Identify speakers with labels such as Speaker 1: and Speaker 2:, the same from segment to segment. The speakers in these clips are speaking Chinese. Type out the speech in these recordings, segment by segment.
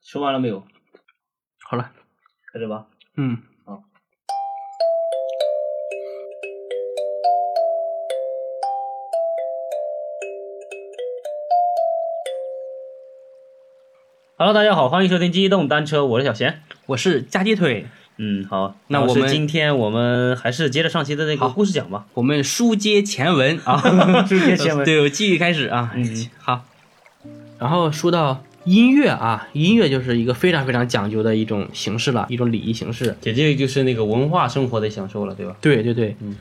Speaker 1: 说完了没有？
Speaker 2: 好了，
Speaker 1: 开始吧。
Speaker 2: 嗯，
Speaker 1: Hello，大家好，欢迎收听机动单车，我是小贤。
Speaker 2: 我是夹鸡腿，
Speaker 1: 嗯，好，
Speaker 2: 那
Speaker 1: 老
Speaker 2: 我
Speaker 1: 师
Speaker 2: 们
Speaker 1: 今天我们还是接着上期的那个
Speaker 2: 好
Speaker 1: 故事讲 吧。
Speaker 2: 我们书接前文啊，
Speaker 1: 书接前文
Speaker 2: 对，我继续开始啊，
Speaker 1: 嗯
Speaker 2: 好。然后说到音乐啊，音乐就是一个非常非常讲究的一种形式了，一种礼仪形式。
Speaker 3: 姐，这个就是那个文化生活的享受了，对吧？
Speaker 2: 对对对，
Speaker 1: 嗯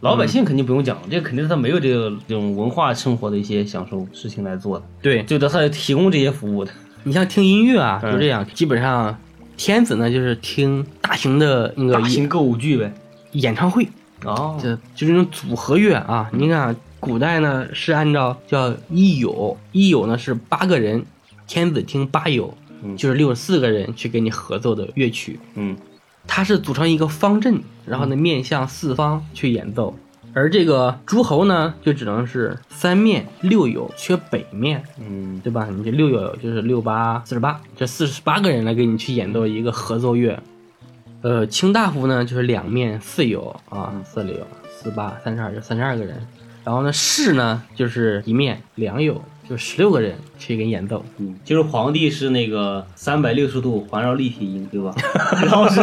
Speaker 3: 老百姓肯定不用讲，这个肯定是他没有这个这种文化生活的一些享受事情来做的，
Speaker 2: 对
Speaker 3: 就得他提供这些服务的。
Speaker 2: 你像听音乐啊，
Speaker 3: 嗯
Speaker 2: 就这样，基本上天子呢就是听大型的那个
Speaker 3: 大型歌舞剧呗。
Speaker 2: 演演唱会，
Speaker 3: 哦，
Speaker 2: 就就是那种组合乐啊。你看古代呢是按照叫一友，一友呢是八个人，天子听八友，
Speaker 3: 嗯
Speaker 2: 就是六十四个人去给你合奏的乐曲。
Speaker 3: 嗯，
Speaker 2: 它是组成一个方阵，然后呢面向四方去演奏。而这个诸侯呢，就只能是三面六友，缺北面，
Speaker 3: 嗯，
Speaker 2: 对吧？你这六友就是六八四十八，这四十八个人来给你去演奏一个合奏乐。呃，卿大夫呢就是两面四友啊，
Speaker 1: 嗯
Speaker 2: 四六四八三十二就三十二个人。然后呢，士呢就是一面两友，就十六个人去给你演奏。
Speaker 1: 嗯，就是皇帝是那个三百六十度环绕立体音，对 吧？然后是，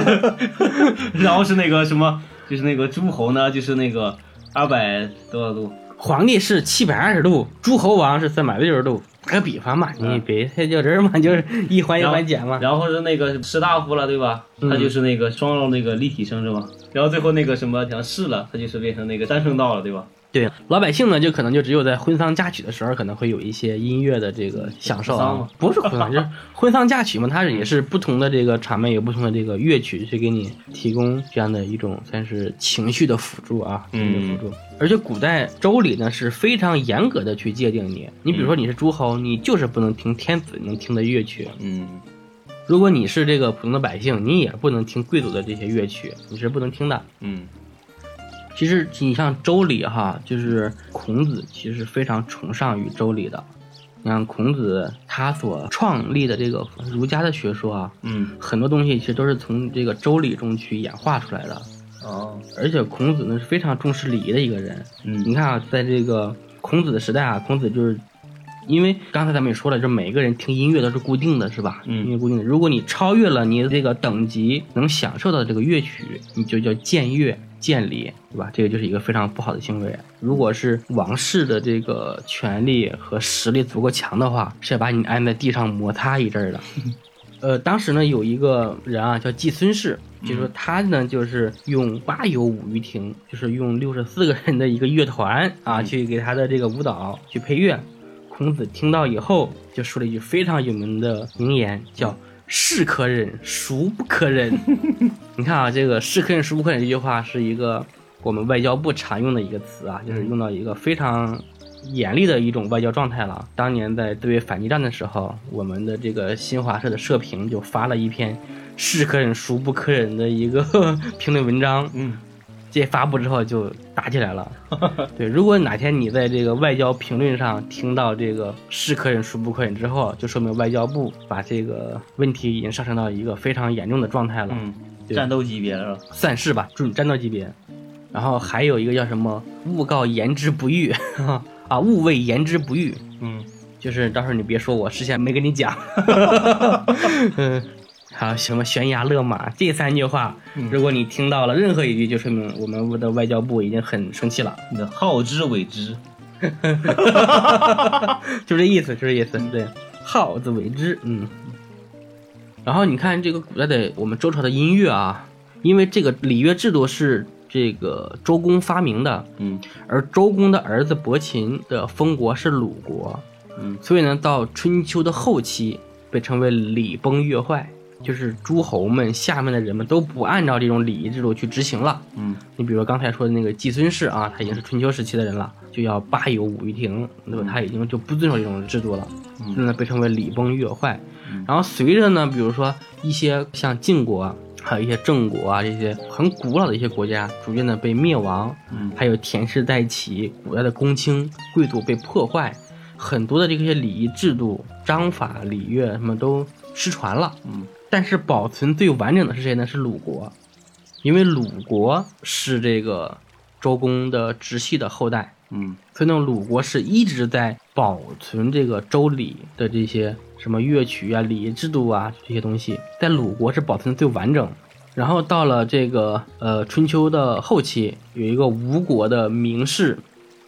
Speaker 1: 然后是那个什么，就是那个诸侯呢，就是那个二百多少度？
Speaker 2: 皇帝是七百二十度，诸侯王是三百六十度。打个比方嘛，你别太较真儿嘛，就是一环
Speaker 1: 嗯
Speaker 2: 一
Speaker 1: 然后
Speaker 2: 环减嘛。
Speaker 1: 然后是那个士大夫了，对吧？
Speaker 2: 嗯
Speaker 1: 他就是那个双绕那个立体声是吗？然后最后那个什么，像士了，他就是变成那个单声道了，对吧？
Speaker 2: 对，老百姓呢，就可能就只有在婚丧嫁娶的时候，可能会有一些音乐的这个享受
Speaker 1: 婚丧
Speaker 2: 啊
Speaker 1: 吗。
Speaker 2: 不是婚丧，就是 婚丧嫁娶嘛，它是也是不同的这个场面，有不同的这个乐曲去给你提供这样的一种算是情绪的辅助啊，情绪的辅助。而且古代周礼呢是非常严格的去界定你，你比如说你是诸侯，你就是不能听天子能听的乐曲，
Speaker 3: 嗯，
Speaker 2: 如果你是这个普通的百姓，你也不能听贵族的这些乐曲，你是不能听的。
Speaker 3: 嗯，
Speaker 2: 其实你像周礼哈，就是孔子其实非常崇尚于周礼的。你看孔子他所创立的这个儒家的学说啊，
Speaker 3: 嗯，
Speaker 2: 很多东西其实都是从这个周礼中去演化出来的。
Speaker 3: 哦，
Speaker 2: 而且孔子呢是非常重视礼仪的一个人。
Speaker 3: 嗯
Speaker 2: 你看啊，在这个孔子的时代啊，孔子就是因为刚才咱们也说了，就是每个人听音乐都是固定的，是吧？
Speaker 3: 嗯
Speaker 2: 音乐固定的。如果你超越了你这个等级能享受到的这个乐曲，你就叫僭越。建礼，对吧？这个就是一个非常不好的行为。如果是王室的这个权力和实力足够强的话，是要把你按在地上摩擦一阵儿的。呃，当时呢有一个人啊叫季孙氏，就是说他呢就是用八友舞于庭，就是用六十四个人的一个乐团啊、去给他的这个舞蹈去配乐。孔子听到以后就说了一句非常有名的名言，叫“士可忍，孰不可忍” 。 你看啊，这个“士可忍，孰不可忍”这句话是一个我们外交部常用的一个词啊，就是用到一个非常严厉的一种外交状态了。当年在对越反击战的时候，我们的这个新华社的社评就发了一篇“是可忍孰不可忍”的一个 评论文章。
Speaker 3: 嗯，
Speaker 2: 这发布之后就打起来了。对，如果哪天你在这个外交评论上听到这个“是可忍孰不可忍”之后，就说明外交部把这个问题已经上升到一个非常严重的状态了。
Speaker 3: 嗯，
Speaker 2: 对
Speaker 1: 战斗级别了，是吧？
Speaker 2: 算是吧，准战斗级别。然后还有一个叫什么“勿告言之不预” 啊，“勿谓言之不预”，
Speaker 3: 嗯，
Speaker 2: 就是到时候你别说我事先没跟你讲。嗯，还有什么悬崖勒马这三句话，如果你听到了任何一句，就说明我们的外交部已经很生气了，
Speaker 1: 你的好之为之，
Speaker 2: 就这意思，就这意思。对，好自为之，嗯。然后你看这个古代的我们周朝的音乐啊，因为这个礼乐制度是这个周公发明的，
Speaker 3: 嗯，
Speaker 2: 而周公的儿子伯禽的封国是鲁国，
Speaker 3: 嗯，
Speaker 2: 所以呢，到春秋的后期被称为礼崩乐坏，就是诸侯们下面的人们都不按照这种礼仪制度去执行了。
Speaker 3: 嗯，
Speaker 2: 你比如刚才说的那个季孙氏啊，他已经是春秋时期的人了，就要八友五于庭，那么他已经就不遵守这种制度了，
Speaker 3: 嗯
Speaker 2: 所以呢被称为礼崩乐坏。然后随着呢，比如说一些像晋国。啊还有一些郑国啊，这些很古老的一些国家，逐渐的
Speaker 3: 嗯
Speaker 2: 被灭亡，还有田氏代起，古代的公卿贵族被破坏，很多的这些礼仪制度、章法、礼乐什么都失传了。
Speaker 1: 嗯，
Speaker 2: 但是保存最完整的是谁呢？是鲁国，因为鲁国是这个周公的直系的后代，
Speaker 1: 嗯
Speaker 2: 所以呢，鲁国是一直在保存这个周礼的这些什么乐曲啊、礼仪制度啊这些东西，在鲁国是保存的最完整。然后到了这个呃春秋的后期，有一个吴国的名士，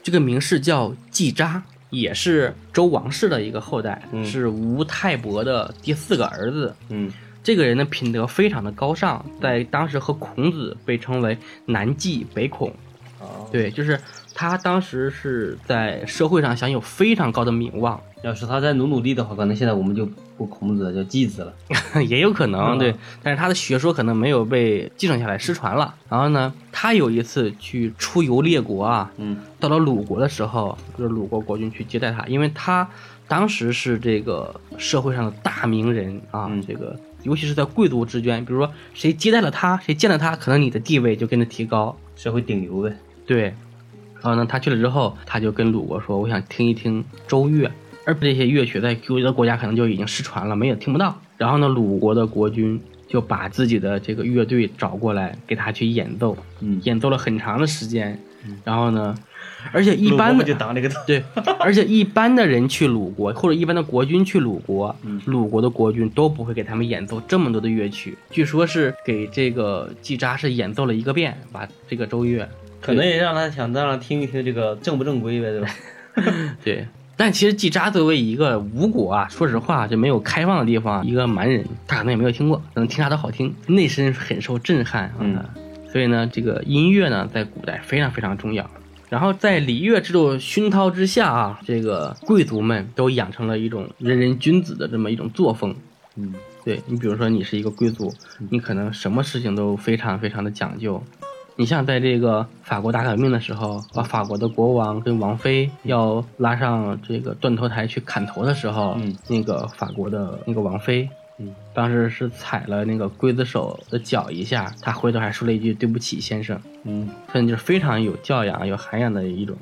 Speaker 2: 这个名士叫季札，也是周王室的一个后代，
Speaker 1: 嗯
Speaker 2: 是吴太伯的第四个儿子。
Speaker 1: 嗯
Speaker 2: 这个人的品德非常的高尚，在当时和孔子被称为南季北孔。
Speaker 1: 哦，
Speaker 2: 对，就是他当时是在社会上享有非常高的名望，
Speaker 1: 要是他再努努力的话，可能现在我们就不孔子了，叫季子了。
Speaker 2: 也有可
Speaker 1: 嗯
Speaker 2: 能对，但是他的学说可能没有被继承下来，失传了。然后呢，他有一次去出游列国啊，
Speaker 1: 嗯，
Speaker 2: 到了鲁国的时候，就是鲁国国君去接待他，因为他当时是这个社会上的大名人啊，
Speaker 1: 嗯
Speaker 2: 这个尤其是在贵族之间，比如说谁接待了他，谁见了他，可能你的地位就跟着提高。
Speaker 1: 社会顶流呗。
Speaker 2: 对，然后呢，他去了之后，他就跟鲁国说：“我想听一听周乐。”而这些乐曲在有的国家可能就已经失传了，没有听不到。然后呢，鲁国的国君就把自己的这个乐队找过来，给他去演奏，
Speaker 1: 嗯
Speaker 2: 演奏了很长的时间。然后呢，而且一般
Speaker 1: 鲁
Speaker 2: 的
Speaker 1: 国就当这个
Speaker 2: 对，而且一般的人去鲁国，或者一般的国君去鲁国，
Speaker 1: 嗯
Speaker 2: 鲁国的国君都不会给他们演奏这么多的乐曲。据说是给这个季札是演奏了一个遍，把这个周乐。
Speaker 1: 可能也让他想让他听一听这个正不正规呗，对吧？
Speaker 2: 对，但其实季札作为一个吴国啊，说实话就没有开放的地方，一个蛮人，他可能也没有听过，可能听啥都好听，内心很受震撼啊。
Speaker 1: 嗯
Speaker 2: 所以呢，这个音乐呢，在古代非常非常重要。然后在礼乐制度熏陶之下啊，这个贵族们都养成了一种仁人君子的这么一种作风。
Speaker 1: 嗯，
Speaker 2: 对你，比如说你是一个贵族，你可能什么事情都非常非常的讲究。你像在这个法国大革命的时候，把法国的国王跟王
Speaker 1: 嗯
Speaker 2: 妃要拉上这个断头台去砍头的时候，
Speaker 1: 嗯
Speaker 2: 那个法国的那个王妃，
Speaker 1: 嗯，
Speaker 2: 当时是踩了那个刽子手的脚一下，他回头还说了一句“对不起，先生”，
Speaker 1: 嗯，
Speaker 2: 所以就是非常有教养、有涵养的一种。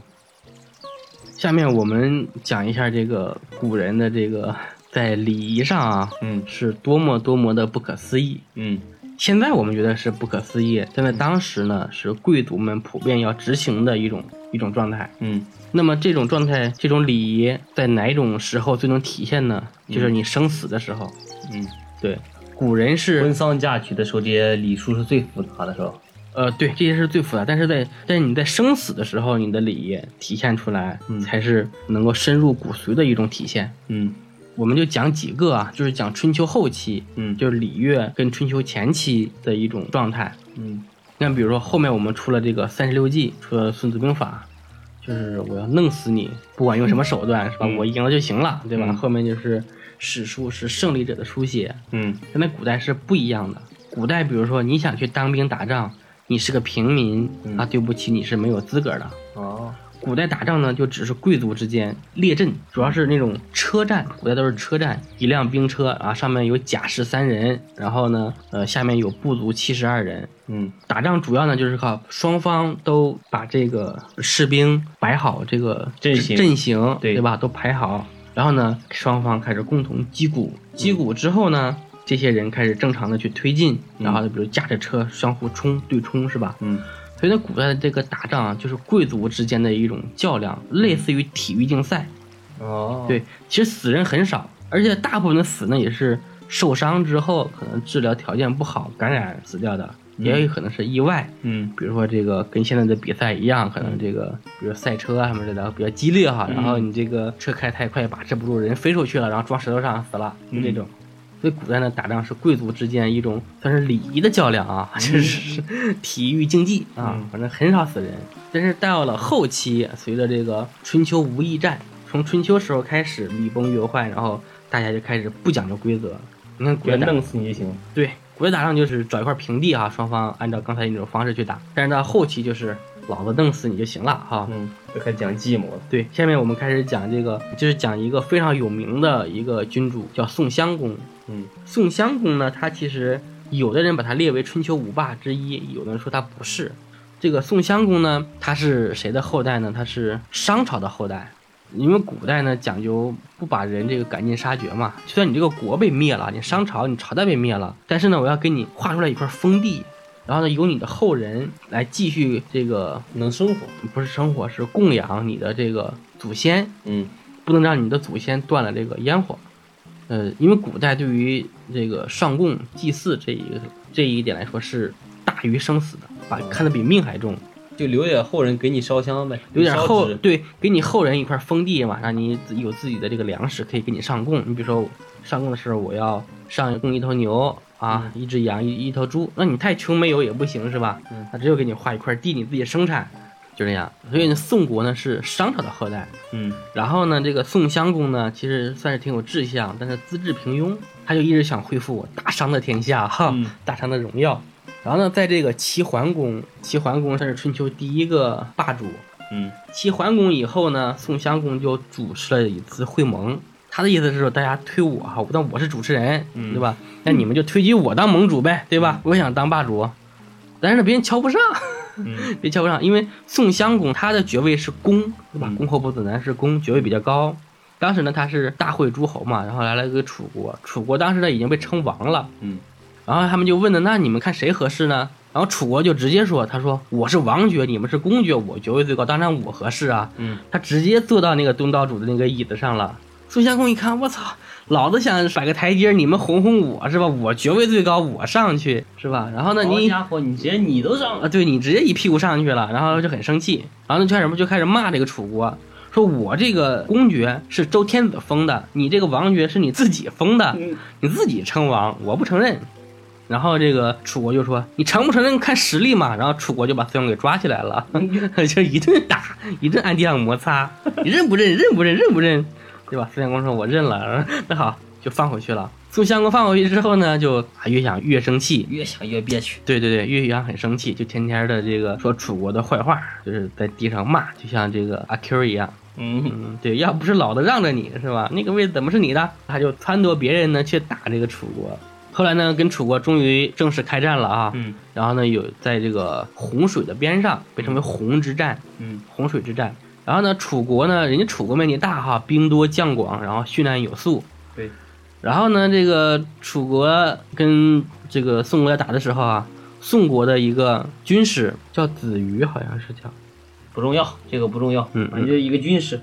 Speaker 2: 下面我们讲一下这个古人的这个在礼仪上啊，
Speaker 1: 嗯
Speaker 2: 是多么多么的不可思议。
Speaker 1: 嗯
Speaker 2: 现在我们觉得是不可思议，但在当时呢，是贵族们普遍要执行的一种一种状态。
Speaker 1: 嗯
Speaker 2: 那么这种状态，这种礼仪在哪种时候最能体现呢？就是你生死的时候。
Speaker 1: 嗯，
Speaker 2: 对，古人
Speaker 1: 婚
Speaker 2: 是
Speaker 1: 丧嫁娶的时候，这些礼数是最复杂的，是吧？
Speaker 2: 呃，对，这些是最复杂，但是在但是你在生死的时候，你的礼仪体现出来，
Speaker 1: 嗯
Speaker 2: 才是能够深入骨髓的一种体现。
Speaker 1: 嗯
Speaker 2: 我们就讲几个啊，就是讲春秋后期，
Speaker 1: 嗯
Speaker 2: 就是礼乐跟春秋前期的一种状态。
Speaker 1: 嗯
Speaker 2: 那比如说后面我们出了这个三十六计，出了《孙子兵法》，就是我要弄死你，不管用什么手段，是吧？
Speaker 1: 嗯
Speaker 2: 我赢了就行了，对吧？
Speaker 1: 嗯
Speaker 2: 后面就是史书是胜利者的书写，
Speaker 1: 嗯
Speaker 2: 跟在古代是不一样的。古代比如说你想去当兵打仗，你是个平民，
Speaker 1: 嗯
Speaker 2: 啊，对不起，你是没有资格的。
Speaker 1: 哦
Speaker 2: 古代打仗呢，就只是贵族之间列阵，主要是那种车战，古代都是车战，一辆兵车啊，上面有甲士三人，然后呢，呃，下面有部族七十二人，
Speaker 1: 嗯
Speaker 2: 打仗主要呢就是靠双方都把这个士兵摆好这个
Speaker 1: 阵型
Speaker 2: 阵型
Speaker 1: 对
Speaker 2: 吧？都排好，然后呢，双方开始共同击鼓，击鼓之后呢，这些人开始正常的去推进，
Speaker 1: 嗯
Speaker 2: 然后比如驾着车相互冲对冲是吧？
Speaker 1: 嗯
Speaker 2: 所以呢，古代的这个打仗啊，就是贵族之间的一种较量，类似于体育竞赛。
Speaker 1: 哦，
Speaker 2: 对，其实死人很少，而且大部分的死呢也是受伤之后，可能治疗条件不好感染死掉的，也有可能是意外。
Speaker 1: 嗯
Speaker 2: 比如说这个跟现在的比赛一样，可能这个比如赛车啊什么之类的比较激烈哈，然后你这个车开太快把持不住，人飞出去了，然后撞石头上死了，就这种。所以古代呢，打仗是贵族之间一种算是礼仪的较量啊，就是 体育竞技啊
Speaker 1: 嗯，
Speaker 2: 反正很少死人。但是到了后期，随着这个春秋无义战，从春秋时候开始礼崩乐坏，然后大家就开始不讲究规则。你看古
Speaker 1: 别
Speaker 2: 代打
Speaker 1: 弄死你就行。
Speaker 2: 对，国家打仗就是找一块平地啊，双方按照刚才那种方式去打，但是到后期就是老子弄死你就行了哈。
Speaker 1: 嗯，这还讲计谋了。
Speaker 2: 对，下面我们开始讲这个，就是讲一个非常有名的一个君主，叫宋襄公。
Speaker 1: 嗯
Speaker 2: 宋襄公呢，他其实有的人把他列为春秋五霸之一，有的人说他不是。这个宋襄公呢，他是谁的后代呢？他是商朝的后代。因为古代呢讲究不把人这个赶尽杀绝嘛，虽然你这个国被灭了，你商朝、你朝代被灭了，但是呢，我要给你划出来一块封地，然后呢，由你的后人来继续这个
Speaker 3: 能生活，
Speaker 2: 不是生活，是供养你的这个祖先，
Speaker 3: 嗯，
Speaker 2: 不能让你的祖先断了这个烟火。呃，因为古代对于这个上供祭祀这一个这一点来说是大于生死的，把
Speaker 3: 嗯
Speaker 2: 看得比命还重。
Speaker 3: 就留点后人给你烧香呗，
Speaker 2: 有点
Speaker 3: 烧
Speaker 2: 后
Speaker 3: 纸
Speaker 2: 对，给你后人一块封地嘛，让你自有自己的这个粮食可以给你上供。你比如说上供的时候，我要上供一头牛啊，一只羊，一一头猪，那你太穷没有也不行是吧？
Speaker 3: 嗯
Speaker 2: 那只有给你划一块地，你自己生产，就这样。所以呢，宋国呢是商朝的后代，
Speaker 3: 嗯，
Speaker 2: 然后呢，这个宋襄公呢，其实算是挺有志向，但是资质平庸，他就一直想恢复我大商的天下
Speaker 1: 啊
Speaker 2: 哈，
Speaker 3: 嗯
Speaker 2: 大商的荣耀。然后呢，在这个齐桓公，齐桓公算是春秋第一个霸主。
Speaker 3: 嗯，
Speaker 2: 齐桓公以后呢，宋襄公就主持了一次会盟。他的意思是说，大家推我哈，但我是主持人，对吧？那你们就推举我当盟主呗，对吧？我想当霸主，但是呢，别人瞧不上，
Speaker 1: 嗯
Speaker 2: 别瞧不上，因为宋襄公他的爵位是公，对吧？公侯伯子男是公，爵位比较高。当时呢，他是大会诸侯嘛，然后来了一个楚国，楚国当时呢已经被称王了，
Speaker 3: 嗯，
Speaker 2: 然后他们就问的，那你们看谁合适呢？然后楚国就直接说，他说我是王爵，你们是公爵，我爵位最高，当然我合适啊。
Speaker 3: 嗯，
Speaker 2: 他直接坐到那个东道主的那个椅子上了。宋襄公一看，我操，老子想甩个台阶，你们哄哄我是吧？我爵位最高，我上去是吧？然后呢，
Speaker 1: 好
Speaker 2: 你
Speaker 1: 家伙，你直接你都上了，
Speaker 2: 啊，对你直接一屁股上去了，然后就很生气，然后就开始就开始骂这个楚国，说我这个公爵是周天子封的，你这个王爵是你自己封的，你自己称王，我不承认。然后这个楚国就说：“你承不承认看实力嘛。”然后楚国就把孙勇给抓起来了， 就一顿打，一顿暗地上摩擦，你认不认？认不认？认不认？对吧？孙相公说：“我认了。”那好，就放回去了。宋襄公放回去之后呢，就啊越想越生气，
Speaker 1: 越想越憋屈。
Speaker 2: 对对对，岳阳很生气，就天天的这个说楚国的坏话，就是在地上骂，就像这个阿 Q 一样。
Speaker 3: 嗯，
Speaker 2: 嗯，对，要不是老子让着你是吧？那个位置怎么是你的？他就撺掇别人呢去打这个楚国。后来呢，跟楚国终于正式开战了啊。
Speaker 3: 嗯。
Speaker 2: 然后呢，有在这个洪水的边上被称为洪之战。
Speaker 3: 嗯。
Speaker 2: 洪水之战。然后呢，楚国呢，人家楚国面积大哈，兵多将广，然后训练有素。
Speaker 3: 对。
Speaker 2: 然后呢，这个楚国跟这个宋国要打的时候啊，宋国的一个军师叫子瑜，好像是叫。
Speaker 1: 不重要，这个不重要，
Speaker 2: 嗯嗯
Speaker 1: 反正就是一个军事，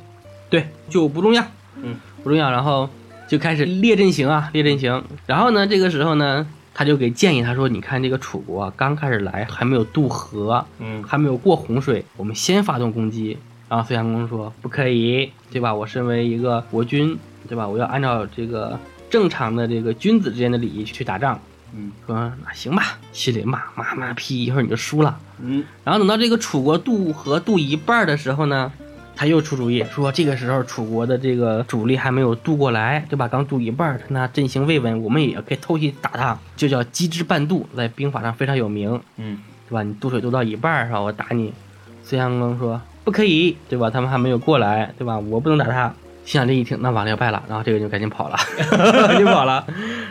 Speaker 2: 对，就不重要，
Speaker 1: 嗯，
Speaker 2: 不重要。然后就开始列阵型啊，列阵型。然后呢，这个时候呢，他就给建议，他说：“你看这个楚国啊，刚开始来还没有渡河，
Speaker 3: 嗯，
Speaker 2: 还没有过洪水，我们先发动攻击。”然后孙襄公说：“不可以，对吧？我身为一个国君，对吧？我要按照这个正常的这个君子之间的礼仪去打仗。”
Speaker 3: 嗯，
Speaker 2: 说那行吧，心里骂骂骂屁，一会儿你就输了。
Speaker 3: 嗯，
Speaker 2: 然后等到这个楚国渡河渡一半儿的时候呢，他又出主意说，这个时候楚国的这个主力还没有渡过来，对吧？刚渡一半儿，他那阵型未稳，我们也可以偷袭打他，就叫机之半渡，在兵法上非常有名，
Speaker 3: 嗯，
Speaker 2: 对吧？你渡水渡到一半儿是吧？我打你。孙襄公说不可以，对吧？他们还没有过来，对吧？我不能打他。心想这一听，那完了要败了，然后这个人就赶紧跑了， 赶紧跑了。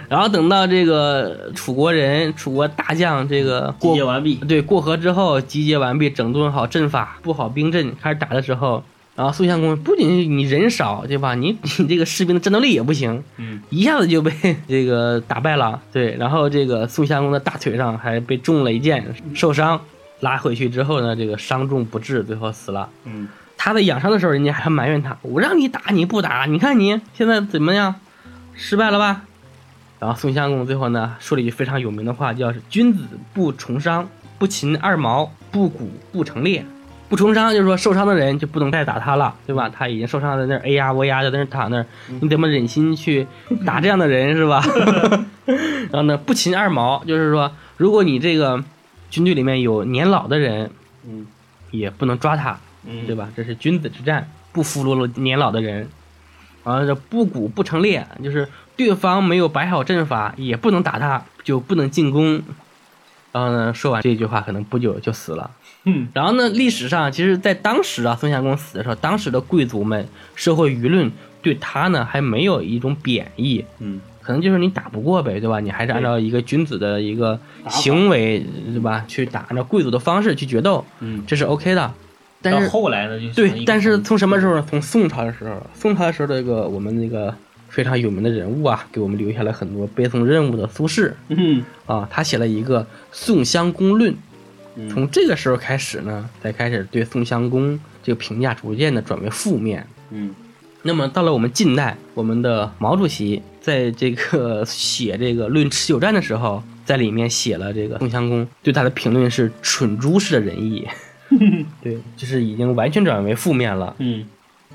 Speaker 2: 然后等到这个楚国人、楚国大将这个
Speaker 1: 集
Speaker 2: 过
Speaker 1: 结完毕。
Speaker 2: 对，过河之后集结完毕，整顿好阵法，布好兵阵，开始打的时候，然后宋襄公不仅你人少，对吧？你 你这个士兵的战斗力也不行，
Speaker 3: 嗯，
Speaker 2: 一下子就被 这个打败了。对，然后这个宋襄公的大腿上还被中了一箭，受伤，拉回去之后呢，这个伤重不治，最后死了。
Speaker 3: 嗯，
Speaker 2: 他在养伤的时候，人家还埋怨他：“我让你打你不打，你看你现在怎么样？失败了吧？”然后宋襄公最后呢说了一句非常有名的话，叫“君子不重伤，不擒二毛，不鼓不成列”。不重伤就是说受伤的人就不能再打他了，对吧？他已经受伤在那儿哎呀我呀的在那儿躺那儿，你怎么忍心去打这样的人是吧？ 然后呢，不擒二毛就是说，如果你这个军队里面有年老的人，
Speaker 3: 嗯，
Speaker 2: 也不能抓他，
Speaker 3: 嗯
Speaker 2: 对吧？这是君子之战，不俘虏了年老的人。然后这不鼓不成列，就是对方没有摆好阵法，也不能打他，就不能进攻。然后呢，说完这句话，可能不久就死了。
Speaker 3: 嗯，
Speaker 2: 然后呢，历史上其实，在当时啊，宋襄公死的时候，当时的贵族们、社会舆论对他呢，还没有一种贬义，
Speaker 3: 嗯，
Speaker 2: 可能就是你打不过呗，对吧？你还是按照一个君子的一个行为，对吧？去打，按照贵族的方式去决斗，
Speaker 3: 嗯，
Speaker 2: 这是 OK 的。但
Speaker 1: 到
Speaker 2: 是
Speaker 1: 后来呢，就是
Speaker 2: 对，但是从什么时候呢？从宋朝的时候，宋朝的时候，这个我们那个非常有名的人物啊，给我们留下了很多背诵任务的苏轼
Speaker 1: 嗯
Speaker 2: 啊，他写了一个《宋襄公论》。
Speaker 1: 嗯
Speaker 2: 从这个时候开始呢，才开始对宋襄公这个评价逐渐的转为负面。
Speaker 1: 嗯
Speaker 2: 那么到了我们近代，我们的毛主席在这个写这个《论持久战》的时候，在里面写了这个宋襄公对他的评论是“蠢猪式的仁义”，对，就是已经完全转为负面了。
Speaker 1: 嗯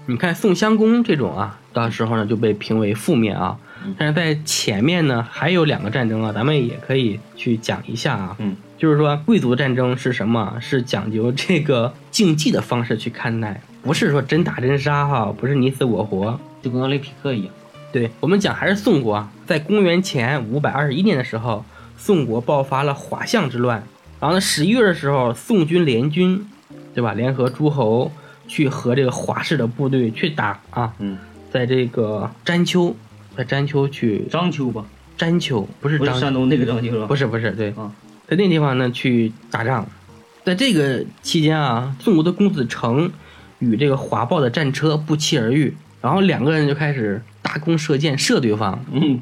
Speaker 2: 你看宋襄公这种啊，到时候呢就被评为负面啊。但是在前面呢，还有两个战争啊，咱们也可以去讲一下啊。
Speaker 1: 嗯，
Speaker 2: 就是说贵族战争是什么？是讲究这个竞技的方式去看待，不是说真打真杀哈、不是你死我活。
Speaker 3: 就跟奥林匹克一样。
Speaker 2: 对我们讲还是宋国啊，在公元前五百二十一年的时候，宋国爆发了华夏之乱。然后呢，十一月的时候，宋军联军，对吧？联合诸侯去和这个华氏的部队去打啊，
Speaker 1: 嗯，
Speaker 2: 在这个詹丘，在詹丘去
Speaker 1: 章丘吧，
Speaker 2: 詹丘，不是
Speaker 1: 不是
Speaker 2: 张，
Speaker 1: 山东那个章丘是吧？
Speaker 2: 不
Speaker 1: 是，
Speaker 2: 是不是，对，
Speaker 1: 啊
Speaker 2: 在那地方呢去打仗。在这个期间啊，宋国的公子成与这个华豹的战车不期而遇，然后两个人就开始搭弓射箭射对方。
Speaker 1: 嗯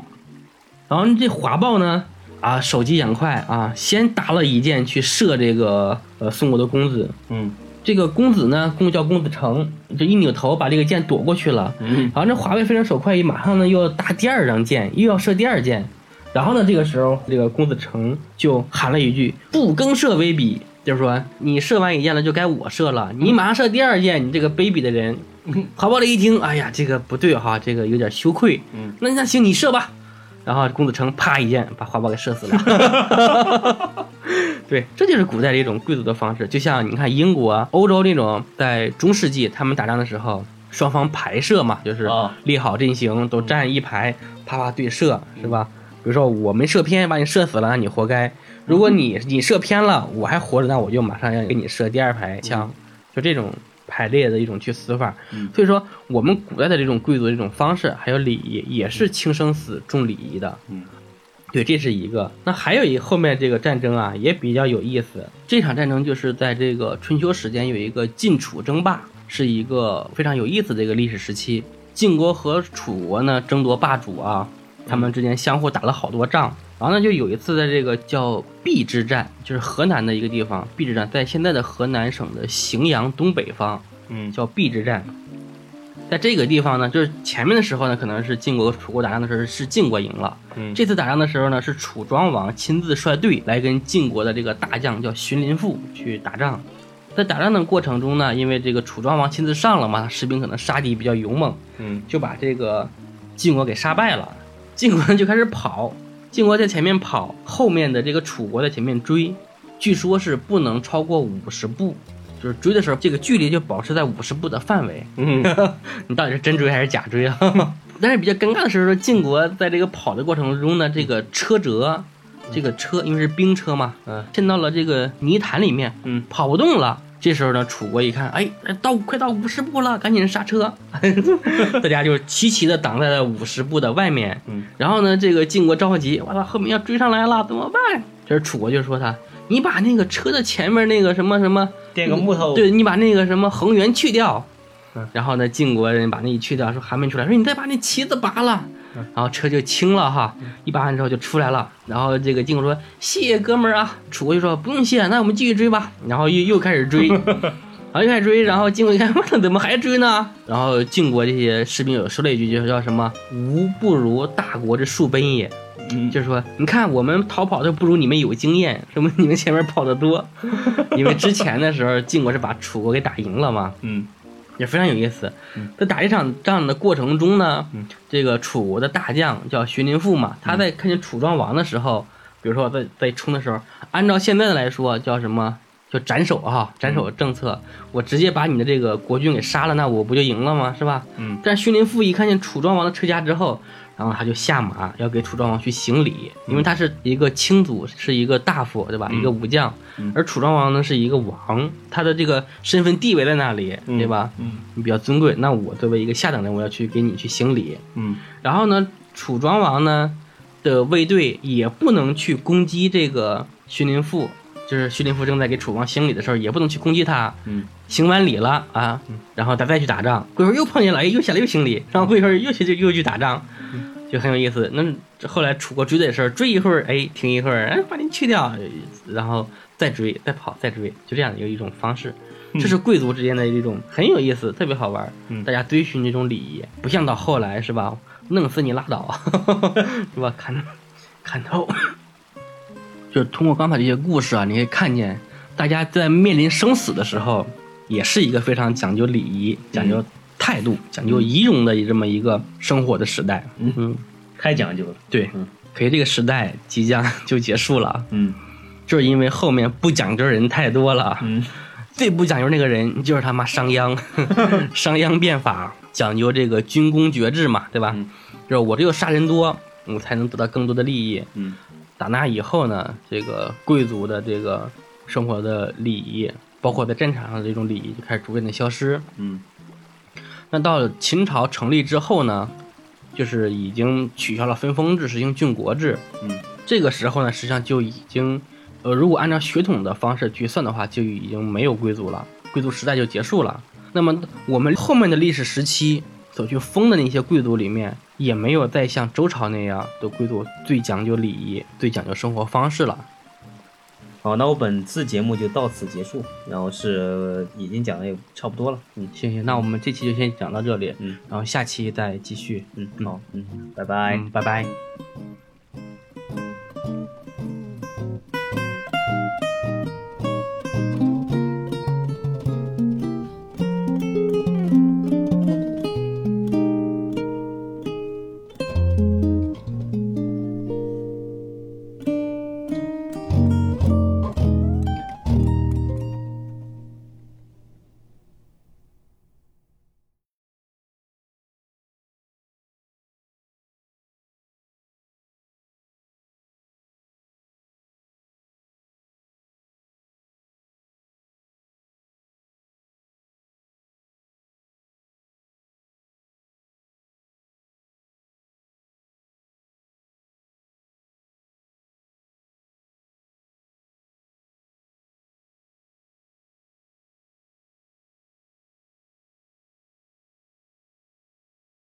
Speaker 2: 然后这华豹呢，啊，手疾眼快啊，先搭了一箭去射这个呃宋国的公子。
Speaker 1: 嗯
Speaker 2: 这个公子呢，公叫公子成，这一扭头把这个箭躲过去了。
Speaker 1: 嗯
Speaker 2: 然后这华为非常手快，马上呢又要搭第二张箭，又要射第二箭。然后呢，这个时候这个公子成就喊了一句：“不更射卑鄙。”就是说，你射完一箭了，就该我射了。你马上射第二箭，你这个卑鄙的人！嗯华豹这一听，哎呀，这个不对哈，这个有点羞愧。
Speaker 1: 嗯，
Speaker 2: 那那哎行，你射吧。然后公子成啪一箭把华豹给射死了。 对，这就是古代的一种贵族的方式，就像你看英国啊、欧洲那种，在中世纪他们打仗的时候，双方排射嘛，就是
Speaker 1: 啊
Speaker 2: 列好阵型，都站一排，啪啪对射，是吧？比如说我没射偏，把你射死了，那你活该；如果你你射偏了，我还活着，那我就马上要给你射第二排枪，就这种排列的一种去死法。
Speaker 1: 嗯
Speaker 2: 所以说，我们古代的这种贵族的这种方式还有礼仪，也是轻生死重礼仪的。
Speaker 1: 嗯，
Speaker 2: 对，这是一个。那还有一后面这个战争啊，也比较有意思。这场战争就是在这个春秋时间有一个晋楚争霸，是一个非常有意思的一个历史时期。晋国和楚国呢争夺霸主啊，他们之间相互打了好多仗。然后呢，就有一次在这个叫毕之战，就是河南的一个地方，毕之战在现在的河南省的荥阳东北方，
Speaker 1: 嗯
Speaker 2: 叫毕之战。在这个地方呢，就是前面的时候呢，可能是晋国和楚国打仗的时候是晋国赢了，
Speaker 1: 嗯
Speaker 2: 这次打仗的时候呢，是楚庄王亲自率队来跟晋国的这个大将叫荀林赋去打仗。在打仗的过程中呢，因为这个楚庄王亲自上了嘛，士兵可能杀敌比较勇猛，
Speaker 1: 嗯
Speaker 2: 就把这个晋国给杀败了。晋国就开始跑，晋国在前面跑，后面的这个楚国在前面追，据说是不能超过五十步，就是追的时候这个距离就保持在五十步的范围。
Speaker 1: 嗯
Speaker 2: 你到底是真追还是假追啊？ 但是比较尴尬的是说，晋国在这个跑的过程中呢，这个车辙，这个车因为是冰车嘛，
Speaker 1: 嗯，
Speaker 2: 陷到了这个泥潭里面，
Speaker 1: 嗯，
Speaker 2: 跑不动了。这时候呢，楚国一看，哎，到快到五十步了，赶紧刹车， 大家就齐齐的挡在了五十步的外面。
Speaker 1: 嗯，
Speaker 2: 然后呢，这个晋国着急，完了后面要追上来了，怎么办？这时楚国就说他，你把那个车的前面那个什么什么。
Speaker 1: 垫个木头，
Speaker 2: 对你把那个什么横源去掉，然后呢，晋国人把那一去掉，说还没出来，说你再把那旗子拔了，然后车就轻了哈，一拔完之后就出来了。然后这个晋国说谢哥们儿啊，楚国就说不用谢，那我们继续追吧。然后又又开始追，然后又开始追，然后晋国一看， 我操怎么还追呢？然后晋国这些士兵有说了一句，就叫什么“吾不如大国之数奔也”，
Speaker 1: 嗯
Speaker 2: 就是说，你看我们逃跑都不如你们有经验，说明你们前面跑得多。因为之前的时候，晋国是把楚国给打赢了嘛，
Speaker 1: 嗯
Speaker 2: 也非常有意思。在打这场仗的过程中呢，
Speaker 1: 嗯
Speaker 2: 这个楚国的大将叫荀林赋嘛，他在看见楚庄王的时候，比如说在在冲的时候，按照现在的来说叫什么？叫斩首啊，斩首政策，我直接把你的这个国君给杀了，那我不就赢了吗？是吧？
Speaker 1: 嗯。
Speaker 2: 但是荀林赋一看见楚庄王的车家之后，然后他就下马要给楚庄王去行礼，因为他是一个卿族，是一个大夫，对吧？一个武将，而楚庄王呢是一个王，他的这个身份地位在那里，对吧？
Speaker 1: 嗯
Speaker 2: 你比较尊贵，那我作为一个下等人，我要去给你去行礼。
Speaker 1: 嗯
Speaker 2: 然后呢，楚庄王呢的卫队也不能去攻击这个荀林赋，就是荀林赋正在给楚王行礼的时候，也不能去攻击他。
Speaker 1: 嗯，
Speaker 2: 行完礼了啊，然后他再去打仗，过一会儿又碰见了，哎，又下来又行礼，然后过一会儿又去就又去打仗，就很有意思。那这后来楚国追的时候，追一会儿，哎，停一会儿，哎，把你去掉，然后再追，再跑，再追，就这样的有一种方式。这是贵族之间的一种很有意思，特别好玩儿。
Speaker 1: 嗯
Speaker 2: 大家追寻这种礼仪，不像到后来是吧？弄死你拉倒， 是吧？砍砍头，就是通过刚才这些故事啊，你可以看见大家在面临生死的时候，也是一个非常讲究礼仪、讲
Speaker 1: 嗯
Speaker 2: 究态度、讲究仪容的这么一个生活的时代。
Speaker 1: 嗯
Speaker 2: 嗯，
Speaker 1: 太讲究了。
Speaker 2: 对
Speaker 1: 嗯，
Speaker 2: 可惜这个时代即将 就结束了，
Speaker 1: 嗯
Speaker 2: 就是因为后面不讲究人太多了。
Speaker 1: 嗯
Speaker 2: 最不讲究那个人就是他妈商鞅， 商鞅变法讲究这个军功爵制嘛，对吧？
Speaker 1: 嗯
Speaker 2: 就是我只有杀人多，我才能得到更多的利益。
Speaker 1: 嗯
Speaker 2: 打那以后呢，这个贵族的这个生活的礼仪，包括在战场上的这种礼仪，就开始逐渐的消失。
Speaker 1: 嗯
Speaker 2: 那到了秦朝成立之后呢，就是已经取消了分封制，实行郡国制。
Speaker 1: 嗯，
Speaker 2: 这个时候呢，实际上就已经，呃，如果按照血统的方式去算的话，就已经没有贵族了，贵族时代就结束了。那么我们后面的历史时期所去封的那些贵族里面，也没有再像周朝那样的贵族最讲究礼仪、最讲究生活方式了。
Speaker 3: 好，那我本次节目就到此结束，然后是呃已经讲的也差不多了，嗯
Speaker 2: 行行，那我们这期就先讲到这里，
Speaker 3: 嗯，
Speaker 2: 然后下期再继续。
Speaker 3: 嗯，
Speaker 2: 嗯
Speaker 3: 好，嗯，拜拜。
Speaker 2: 嗯，拜拜。